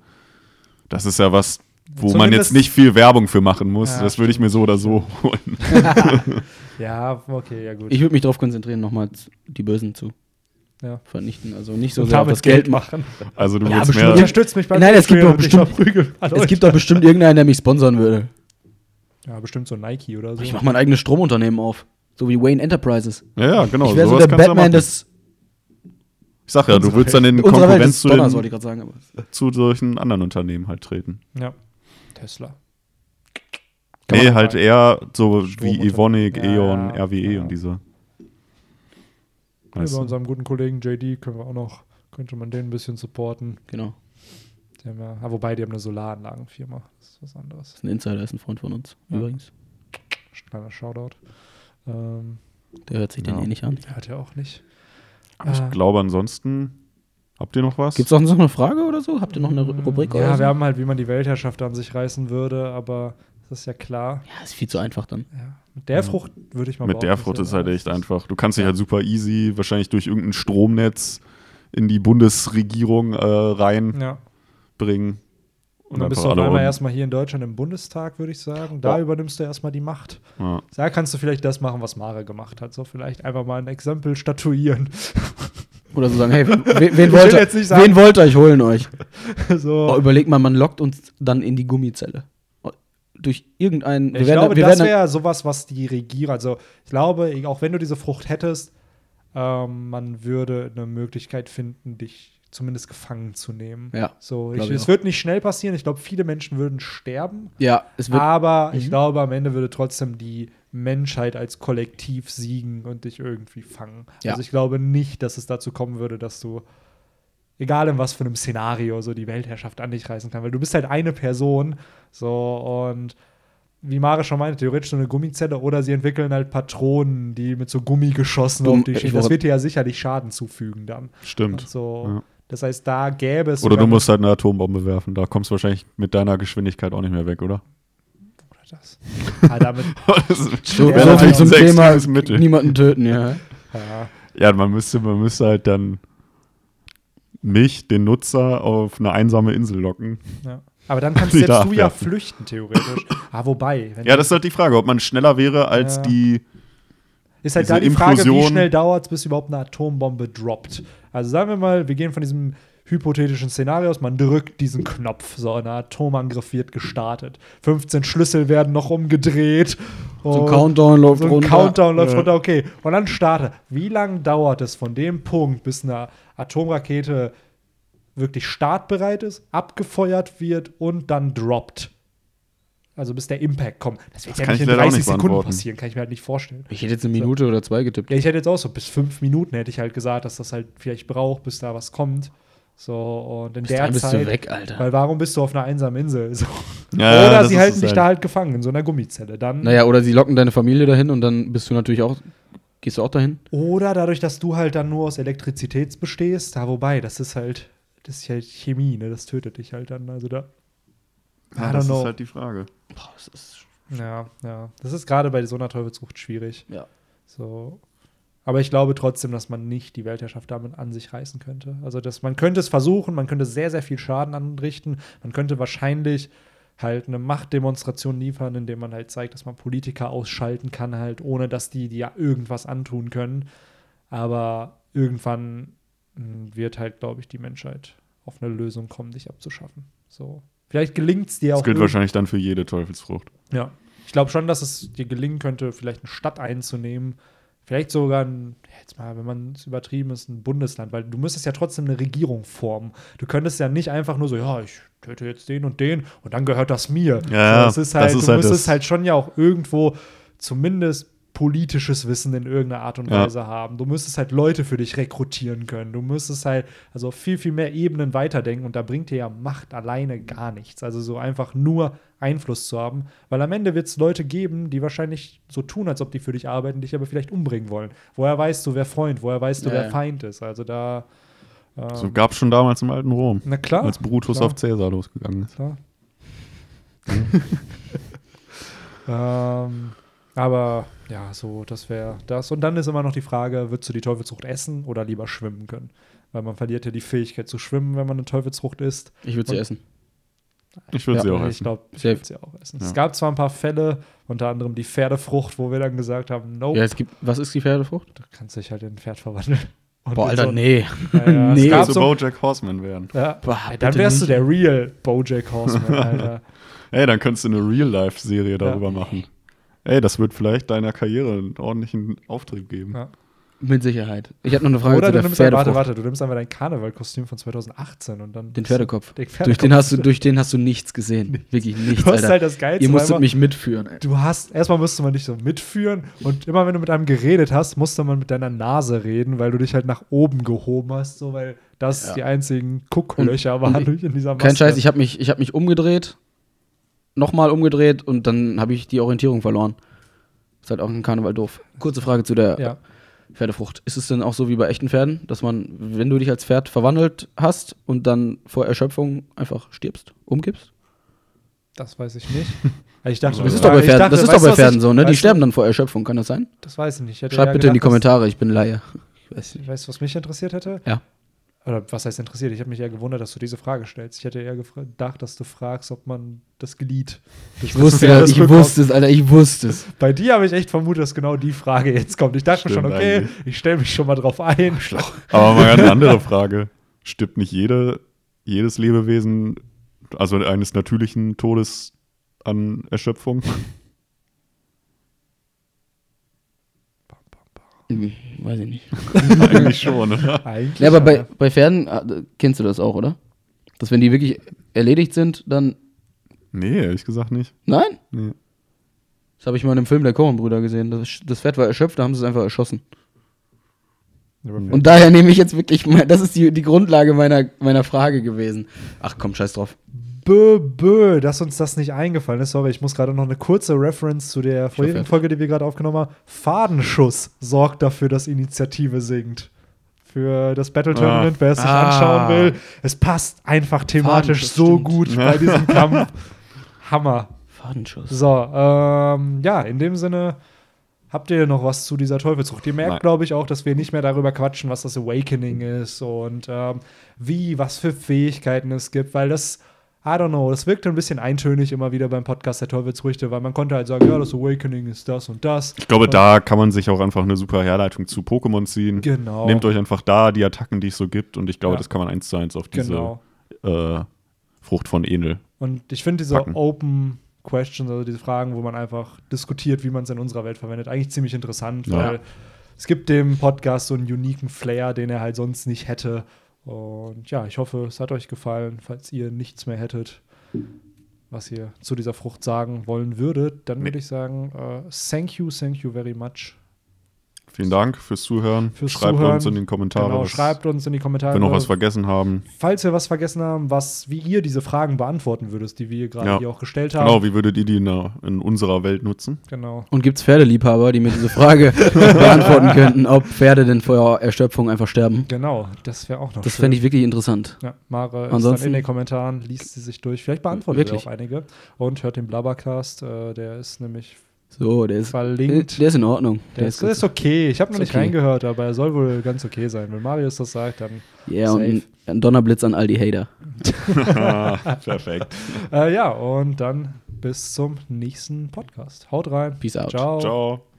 Speaker 2: das ist ja was, wo man
Speaker 1: Zumindest-
Speaker 2: jetzt nicht viel Werbung für machen muss.
Speaker 1: Ja,
Speaker 2: das würde ich mir so oder so holen.
Speaker 1: Ja, okay, ja gut.
Speaker 3: Ich würde mich darauf konzentrieren, nochmal die Bösen zu
Speaker 1: ja.
Speaker 3: vernichten. Also nicht so
Speaker 1: Und
Speaker 3: sehr auf
Speaker 1: damit
Speaker 3: das Geld machen.
Speaker 1: machen.
Speaker 2: Also, du
Speaker 3: Ja,
Speaker 2: willst
Speaker 3: bestimmt.
Speaker 2: mehr.
Speaker 1: Unterstützt mich bei
Speaker 3: Nein, es gibt doch bestimmt- Es
Speaker 1: Es
Speaker 3: gibt doch bestimmt irgendeinen, der mich sponsern würde.
Speaker 1: ja, bestimmt so Nike oder so.
Speaker 3: Ich mache mein eigenes Stromunternehmen auf. So wie Wayne Enterprises.
Speaker 2: Ja, ja, genau.
Speaker 3: ich wäre so
Speaker 2: sowas
Speaker 3: der
Speaker 2: kannst du ja
Speaker 3: Batman
Speaker 2: machen.
Speaker 3: des
Speaker 2: ich sag ja, du
Speaker 1: unserer
Speaker 2: würdest dann in
Speaker 3: unserer Welt des
Speaker 2: Konkurrenz zu,
Speaker 3: Donners, wollte ich
Speaker 2: den,
Speaker 3: gerade sagen. Aber
Speaker 2: zu solchen anderen Unternehmen halt treten.
Speaker 1: Ja. Tesla. Kann man
Speaker 2: Nee,
Speaker 1: auch
Speaker 2: halt
Speaker 1: sagen.
Speaker 2: eher so
Speaker 1: Stromunternehmen.
Speaker 2: wie Evonik,
Speaker 1: Ja,
Speaker 2: E.ON,
Speaker 1: ja,
Speaker 2: RWE
Speaker 1: ja.
Speaker 2: und diese.
Speaker 1: Ja,
Speaker 2: Weißt
Speaker 3: eh-
Speaker 1: bei
Speaker 2: du?
Speaker 1: unserem guten Kollegen JD können wir auch noch, könnte man den ein bisschen supporten.
Speaker 3: genau,
Speaker 1: Die haben ja, ah, wobei, die haben eine Solaranlagenfirma. Das ist was anderes.
Speaker 3: ist ein Insider, ist ein Freund von uns
Speaker 1: Ja.
Speaker 3: übrigens.
Speaker 1: Kleiner Shoutout. Ähm,
Speaker 3: Der hört sich den
Speaker 2: Ja.
Speaker 3: eh nicht an.
Speaker 1: der hat ja auch nicht.
Speaker 2: Aber
Speaker 1: Ah.
Speaker 2: ich glaube, ansonsten habt ihr noch was?
Speaker 3: Gibt's auch noch eine Frage oder so? Habt ihr noch eine Ru- Rubrik
Speaker 1: ja,
Speaker 3: oder so?
Speaker 1: wir haben halt, wie man die Weltherrschaft an sich reißen würde, aber das ist ja klar.
Speaker 3: ja, ist viel zu einfach dann.
Speaker 1: Ja. Mit der Frucht würde ich mal
Speaker 2: Mit der
Speaker 1: behaupten,
Speaker 2: Frucht
Speaker 1: dass
Speaker 2: ist
Speaker 1: ja-
Speaker 2: halt echt einfach. Du kannst dich
Speaker 1: Ja.
Speaker 2: halt super easy wahrscheinlich durch irgendein Stromnetz in die Bundesregierung äh, reinbringen.
Speaker 1: Ja.
Speaker 2: Und,
Speaker 1: Und dann bist du
Speaker 2: einfach
Speaker 1: auf
Speaker 2: alle
Speaker 1: einmal
Speaker 2: unten.
Speaker 1: erstmal hier in Deutschland im Bundestag, würde ich sagen. Da
Speaker 2: Ja.
Speaker 1: übernimmst du erstmal die Macht.
Speaker 2: Ja.
Speaker 1: Da kannst du vielleicht das machen, was Mare gemacht hat. So vielleicht einfach mal ein Exempel statuieren.
Speaker 3: Oder so sagen, hey, wen,
Speaker 1: Ich
Speaker 3: wen,
Speaker 1: will
Speaker 3: wollt, ihr,
Speaker 1: jetzt nicht sagen-
Speaker 3: wen wollt ihr? Ich holen euch. Oh,
Speaker 1: so.
Speaker 3: überleg mal, man lockt uns dann in die Gummizelle. Oh, Durch irgendeinen.
Speaker 1: Ich glaube,
Speaker 3: dann- wir
Speaker 1: das
Speaker 3: dann-
Speaker 1: wäre sowas, was die Regierer, also ich glaube, auch wenn du diese Frucht hättest, ähm, man würde eine Möglichkeit finden, dich zumindest gefangen zu nehmen.
Speaker 3: Ja,
Speaker 1: So,
Speaker 3: glaub
Speaker 1: ich,
Speaker 3: ich
Speaker 1: es
Speaker 3: auch.
Speaker 1: wird nicht schnell passieren. Ich glaube, viele Menschen würden sterben.
Speaker 3: ja, es wird.
Speaker 1: aber ich
Speaker 3: Mhm.
Speaker 1: glaube, am Ende würde trotzdem die Menschheit als Kollektiv siegen und dich irgendwie fangen.
Speaker 3: Ja.
Speaker 1: Also ich glaube nicht, dass es dazu kommen würde, dass du, egal in was für einem Szenario, so die Weltherrschaft an dich reißen kann, weil du bist halt eine Person, so und wie Mare schon meinte, theoretisch so eine Gummizelle oder sie entwickeln halt Patronen, die mit so Gummi geschossen
Speaker 3: Dumm,
Speaker 1: auf dich
Speaker 3: ich
Speaker 1: schießen. Das
Speaker 3: wollte-
Speaker 1: wird dir ja sicherlich Schaden zufügen dann.
Speaker 2: Stimmt.
Speaker 1: So,
Speaker 2: Ja.
Speaker 1: das heißt, da gäbe es
Speaker 2: Oder
Speaker 1: sogar-
Speaker 2: du musst halt eine Atombombe werfen. Da kommst du wahrscheinlich mit deiner Geschwindigkeit auch nicht mehr weg, oder?
Speaker 1: Oder das. Ah, damit,
Speaker 2: das
Speaker 3: So,
Speaker 1: wäre
Speaker 3: so viel
Speaker 1: natürlich
Speaker 3: zum
Speaker 2: ein
Speaker 3: Thema
Speaker 2: extremes Mittel.
Speaker 3: niemanden töten, ja.
Speaker 1: ja.
Speaker 2: Ja, man müsste, man müsste halt dann mich, den Nutzer, auf eine einsame Insel locken.
Speaker 1: Ja. Aber dann kannst
Speaker 2: Die
Speaker 1: selbst
Speaker 2: da
Speaker 1: du ja
Speaker 2: abwerfen.
Speaker 1: flüchten, theoretisch. ah, wobei. Wenn
Speaker 2: Ja, das ist halt die Frage, ob man schneller wäre als
Speaker 1: Ja.
Speaker 2: die.
Speaker 1: ist halt
Speaker 2: diese
Speaker 1: da die Frage, wie
Speaker 2: Implosion-
Speaker 1: schnell dauert es, bis überhaupt eine Atombombe droppt. Also sagen wir mal, wir gehen von diesem hypothetischen Szenario aus, man drückt diesen Knopf, so ein Atomangriff wird gestartet. 15 Schlüssel werden noch umgedreht.
Speaker 3: So ein
Speaker 1: und-
Speaker 3: Countdown läuft
Speaker 1: Oh. so ein
Speaker 3: runter.
Speaker 1: Countdown läuft
Speaker 2: Ja.
Speaker 1: runter, okay. Und dann starte. Wie lange dauert es von dem Punkt, bis eine Atomrakete wirklich startbereit ist, abgefeuert wird und dann droppt? Also bis der Impact kommt. Das wird ja
Speaker 2: kann
Speaker 1: nicht
Speaker 2: ich
Speaker 1: in
Speaker 2: leider auch
Speaker 1: 30
Speaker 2: nicht
Speaker 1: Sekunden
Speaker 2: beantworten.
Speaker 1: passieren, kann ich mir halt nicht vorstellen.
Speaker 3: Ich hätte jetzt eine Minute oder zwei getippt.
Speaker 1: Ja, ich hätte jetzt auch so bis fünf Minuten hätte ich halt gesagt, dass das halt vielleicht braucht, bis da was kommt. So, und in
Speaker 3: Bis
Speaker 1: der
Speaker 3: dahin bist
Speaker 1: Zeit.
Speaker 3: du weg, Alter.
Speaker 1: Weil warum bist du auf einer einsamen Insel? So.
Speaker 2: Ja,
Speaker 1: Oder
Speaker 2: das
Speaker 1: sie
Speaker 2: ist
Speaker 1: halten
Speaker 2: es
Speaker 1: dich
Speaker 2: halt.
Speaker 1: da halt gefangen in so einer Gummizelle. Dann
Speaker 3: Naja, oder sie locken deine Familie dahin und dann bist du natürlich auch. Gehst du auch dahin?
Speaker 1: Oder dadurch, dass du halt dann nur aus Elektrizität bestehst, ja, wobei, das ist halt, das ist halt Chemie, ne? Das tötet dich halt dann. Also da. I
Speaker 2: Ja,
Speaker 1: don't
Speaker 2: das
Speaker 1: know.
Speaker 2: ist halt die Frage.
Speaker 3: Boah, das ist.
Speaker 1: Ja, ja. Das ist gerade bei so einer Teufelsfrucht schwierig.
Speaker 3: Ja.
Speaker 1: So. Aber ich glaube trotzdem, dass man nicht die Weltherrschaft damit an sich reißen könnte. Also, dass man könnte es versuchen, man könnte sehr, sehr viel Schaden anrichten. Man könnte wahrscheinlich halt eine Machtdemonstration liefern, indem man halt zeigt, dass man Politiker ausschalten kann, halt, ohne dass die dir irgendwas antun können. Aber irgendwann mh, wird halt, glaube ich, die Menschheit auf eine Lösung kommen, dich abzuschaffen. So. Vielleicht gelingt es dir auch.
Speaker 2: Das gilt
Speaker 1: irgendwann.
Speaker 2: wahrscheinlich dann für jede Teufelsfrucht.
Speaker 1: Ja. Ich glaube schon, dass es dir gelingen könnte, vielleicht eine Stadt einzunehmen. Vielleicht sogar ein, ja, jetzt mal, wenn man es übertrieben ist, ein Bundesland, weil du müsstest ja trotzdem eine Regierung formen. Du könntest ja nicht einfach nur so, ja, ich töte jetzt den und den und dann gehört das mir.
Speaker 2: Ja,
Speaker 1: so, es ist
Speaker 2: das
Speaker 1: halt,
Speaker 2: ist
Speaker 1: du
Speaker 2: halt
Speaker 1: müsstest
Speaker 2: das.
Speaker 1: halt schon ja auch irgendwo zumindest politisches Wissen in irgendeiner Art und
Speaker 2: Ja.
Speaker 1: Weise haben. Du müsstest halt Leute für dich rekrutieren können. Du müsstest halt also auf viel, viel mehr Ebenen weiterdenken und da bringt dir ja Macht alleine gar nichts. Also so einfach nur Einfluss zu haben, weil am Ende wird es Leute geben, die wahrscheinlich so tun, als ob die für dich arbeiten, dich aber vielleicht umbringen wollen. Woher weißt du, wer Freund, woher weißt du,
Speaker 3: Ja,
Speaker 1: wer
Speaker 3: ja.
Speaker 1: Feind ist? Also da ähm,
Speaker 2: So gab es schon damals im alten Rom,
Speaker 1: na klar.
Speaker 2: als Brutus
Speaker 1: klar.
Speaker 2: auf Cäsar losgegangen ist.
Speaker 1: Klar. ähm, aber ja, so, das wäre das. Und dann ist immer noch die Frage, würdest du die Teufelsfrucht essen oder lieber schwimmen können? Weil man verliert ja die Fähigkeit zu schwimmen, wenn man eine Teufelsfrucht isst.
Speaker 3: Ich würde sie
Speaker 1: Und-
Speaker 3: essen.
Speaker 2: Ich würde
Speaker 3: Ja,
Speaker 2: sie auch
Speaker 1: Ich
Speaker 2: essen.
Speaker 1: glaube, ich
Speaker 3: Safe.
Speaker 1: würd sie auch essen.
Speaker 2: Ja.
Speaker 1: Es gab zwar ein paar Fälle, unter anderem die Pferdefrucht, wo wir dann gesagt haben, nope,
Speaker 3: Ja, es gibt. Was ist die Pferdefrucht?
Speaker 1: du kannst dich halt in ein Pferd verwandeln. Und
Speaker 3: Boah,
Speaker 1: in
Speaker 3: Alter,
Speaker 1: so-
Speaker 3: nee.
Speaker 1: Ja, ja, es
Speaker 3: Nee.
Speaker 1: gab
Speaker 2: Willst du
Speaker 1: so,
Speaker 2: Bojack Horseman werden?
Speaker 1: ja,
Speaker 3: Boah,
Speaker 1: dann
Speaker 3: bitte
Speaker 1: wärst du
Speaker 3: nicht.
Speaker 1: der real Bojack Horseman, Alter.
Speaker 2: Ey, dann könntest du eine Real-Life-Serie darüber
Speaker 1: Ja.
Speaker 2: machen. Ey, das wird vielleicht deiner Karriere einen ordentlichen Auftrieb geben.
Speaker 1: Ja.
Speaker 3: Mit Sicherheit. Ich hatte noch eine Frage
Speaker 1: Oder
Speaker 3: zu
Speaker 1: du
Speaker 3: der
Speaker 1: nimmst, einfach, warte,
Speaker 3: Pferdefrucht.
Speaker 1: warte, du nimmst einfach dein Karnevalkostüm von 2018 und dann.
Speaker 3: Den Pferdekopf.
Speaker 1: Den Pferdekopf.
Speaker 3: Durch, den hast du, durch den hast du nichts gesehen. Wirklich nichts.
Speaker 1: Du hast
Speaker 3: Alter.
Speaker 1: halt das Geilste,
Speaker 3: Ihr musstet
Speaker 1: weil-
Speaker 3: mich mitführen. Ey.
Speaker 1: Du hast, erstmal musste man dich so mitführen und immer wenn du mit einem geredet hast, musste man mit deiner Nase reden, weil du dich halt nach oben gehoben hast, so weil das die einzigen Gucklöcher
Speaker 3: Und-
Speaker 1: waren
Speaker 3: und
Speaker 1: durch in dieser Maske.
Speaker 3: Kein Scheiß, ich habe mich, ich hab mich umgedreht, nochmal umgedreht und dann habe ich die Orientierung verloren. Ist halt auch im Karneval doof. Kurze Frage zu der
Speaker 1: Ja.
Speaker 3: Pferdefrucht. Ist es denn auch so wie bei echten Pferden, dass man, wenn du dich als Pferd verwandelt hast und dann vor Erschöpfung einfach stirbst, umgibst?
Speaker 1: Das weiß ich nicht. Also Ich dachte,
Speaker 2: Das
Speaker 3: Das
Speaker 2: Ja.
Speaker 3: ist doch bei
Speaker 1: ich
Speaker 3: Pferden,
Speaker 1: dachte,
Speaker 3: das ist doch
Speaker 1: weißt
Speaker 3: bei
Speaker 1: du, was
Speaker 3: Pferden
Speaker 1: ich-
Speaker 3: so, ne?
Speaker 1: weißt
Speaker 3: Die
Speaker 1: du-
Speaker 3: sterben dann vor Erschöpfung, kann das sein?
Speaker 1: Das weiß ich nicht. Ich hätte
Speaker 3: Schreibt
Speaker 1: ja
Speaker 3: bitte in die
Speaker 1: gedacht, dass-
Speaker 3: Kommentare, ich bin Laie. Ich weiß nicht.
Speaker 1: Weißt du, was mich interessiert hätte?
Speaker 3: Ja.
Speaker 1: Oder was heißt interessiert? Ich habe mich eher gewundert, dass du diese Frage stellst. Ich hätte eher gefra- gedacht, dass du fragst, ob man das Glied.
Speaker 3: Ich wusste,
Speaker 1: das
Speaker 3: das, ich
Speaker 1: bekommt.
Speaker 3: wusste es, Alter, ich wusste es.
Speaker 1: Bei dir habe ich echt vermutet, dass genau die Frage jetzt kommt. Ich dachte mir schon,
Speaker 2: Stimmt
Speaker 1: okay,
Speaker 2: eigentlich.
Speaker 1: ich stelle mich schon mal drauf ein.
Speaker 2: Aber mal eine andere Frage. Stirbt nicht jede, jedes Lebewesen, also eines natürlichen Todes an Erschöpfung?
Speaker 3: Hm, Weiß ich nicht.
Speaker 2: Eigentlich schon, oder?
Speaker 1: Eigentlich.
Speaker 3: Ja, aber bei,
Speaker 1: ja.
Speaker 3: bei Pferden äh, kennst du das auch, oder? Dass wenn die wirklich erledigt sind, dann.
Speaker 2: Nee, ehrlich gesagt nicht.
Speaker 3: Nein?
Speaker 2: Nee.
Speaker 3: Das habe ich mal in einem Film der Cohen-Brüder gesehen. Das, das Pferd war erschöpft, da haben sie es einfach erschossen. Und daher nehme ich jetzt wirklich mal. Das ist die, die Grundlage meiner, meiner Frage gewesen. Ach komm, scheiß drauf.
Speaker 1: Bö, bö, dass uns das nicht eingefallen ist. Sorry, ich muss gerade noch eine kurze Reference zu der
Speaker 3: er
Speaker 1: vorherigen
Speaker 3: hat-
Speaker 1: Folge, die wir gerade aufgenommen haben. Fadenschuss sorgt dafür, dass Initiative sinkt. Für das Battle Tournament,
Speaker 2: Ah.
Speaker 1: wer es sich
Speaker 2: Ah.
Speaker 1: anschauen will. Es passt einfach thematisch
Speaker 3: Fadenschuss,
Speaker 1: so
Speaker 3: stimmt.
Speaker 1: gut bei diesem Kampf. Hammer.
Speaker 3: Fadenschuss.
Speaker 1: So, ähm, ja, in dem Sinne habt ihr noch was zu dieser Teufelsfrucht. Ihr merkt,
Speaker 2: Nein.
Speaker 1: glaube ich, auch, dass wir nicht mehr darüber quatschen, was das Awakening ist und ähm, wie, was für Fähigkeiten es gibt, weil das, I don't know, das wirkte ein bisschen eintönig immer wieder beim Podcast der Teufelsfrüchte, weil man konnte halt sagen, ja, das Awakening ist das und das.
Speaker 2: Ich glaube, da kann man sich auch einfach eine super Herleitung zu Pokémon ziehen.
Speaker 1: Genau.
Speaker 2: Nehmt euch einfach da die Attacken, die es so gibt, und ich glaube,
Speaker 1: Ja.
Speaker 2: das kann man eins zu eins auf diese
Speaker 1: Genau.
Speaker 2: äh, Frucht von Enel.
Speaker 1: Und ich finde diese
Speaker 2: Packen.
Speaker 1: Open Questions, also diese Fragen, wo man einfach diskutiert, wie man es in unserer Welt verwendet, eigentlich ziemlich interessant,
Speaker 2: Ja.
Speaker 1: weil es gibt dem Podcast so einen uniken Flair, den er halt sonst nicht hätte. Und ja, ich hoffe, es hat euch gefallen. Falls ihr nichts mehr hättet, was ihr zu dieser Frucht sagen wollen würdet, dann
Speaker 2: Nee.
Speaker 1: würde ich sagen, äh, thank you, thank you very much.
Speaker 2: Vielen Dank fürs Zuhören.
Speaker 1: Fürs
Speaker 2: schreibt
Speaker 1: Zuhören.
Speaker 2: uns in den Kommentaren,
Speaker 1: genau,
Speaker 2: was-
Speaker 1: schreibt äh, uns in die Kommentare.
Speaker 2: wenn wir noch was vergessen haben.
Speaker 1: falls wir was vergessen haben, was, wie ihr diese Fragen beantworten würdest, die wir gerade
Speaker 2: Ja.
Speaker 1: hier auch gestellt haben.
Speaker 2: Genau, wie würdet ihr die in, der- in unserer Welt nutzen?
Speaker 1: genau.
Speaker 3: Und gibt's Pferdeliebhaber, die mir diese Frage beantworten könnten, ob Pferde denn vor Erschöpfung einfach sterben?
Speaker 1: Genau, das wäre auch noch
Speaker 3: Das
Speaker 1: schön.
Speaker 3: fände ich wirklich interessant.
Speaker 1: Ja, Mare ist dann
Speaker 3: Ansonsten-
Speaker 1: in den Kommentaren, liest sie sich durch. Vielleicht beantwortet ihr
Speaker 3: Wirklich?
Speaker 1: auch einige. Und hört den Blabbercast, äh, der ist nämlich
Speaker 3: So, der ist. äh,
Speaker 1: verlinkt.
Speaker 3: Der ist in Ordnung.
Speaker 1: Der, ist, der
Speaker 3: ganz-
Speaker 1: ist okay. Ich habe noch
Speaker 3: Ist
Speaker 1: nicht
Speaker 3: okay.
Speaker 1: reingehört, aber er soll wohl ganz okay sein. Wenn Marius das sagt, dann.
Speaker 3: Ja,
Speaker 1: Safe.
Speaker 3: und ein Donnerblitz an all die Hater.
Speaker 2: Perfekt.
Speaker 1: Äh, ja, und dann bis zum nächsten Podcast. Haut rein.
Speaker 3: Peace out.
Speaker 1: Ciao.
Speaker 2: Ciao.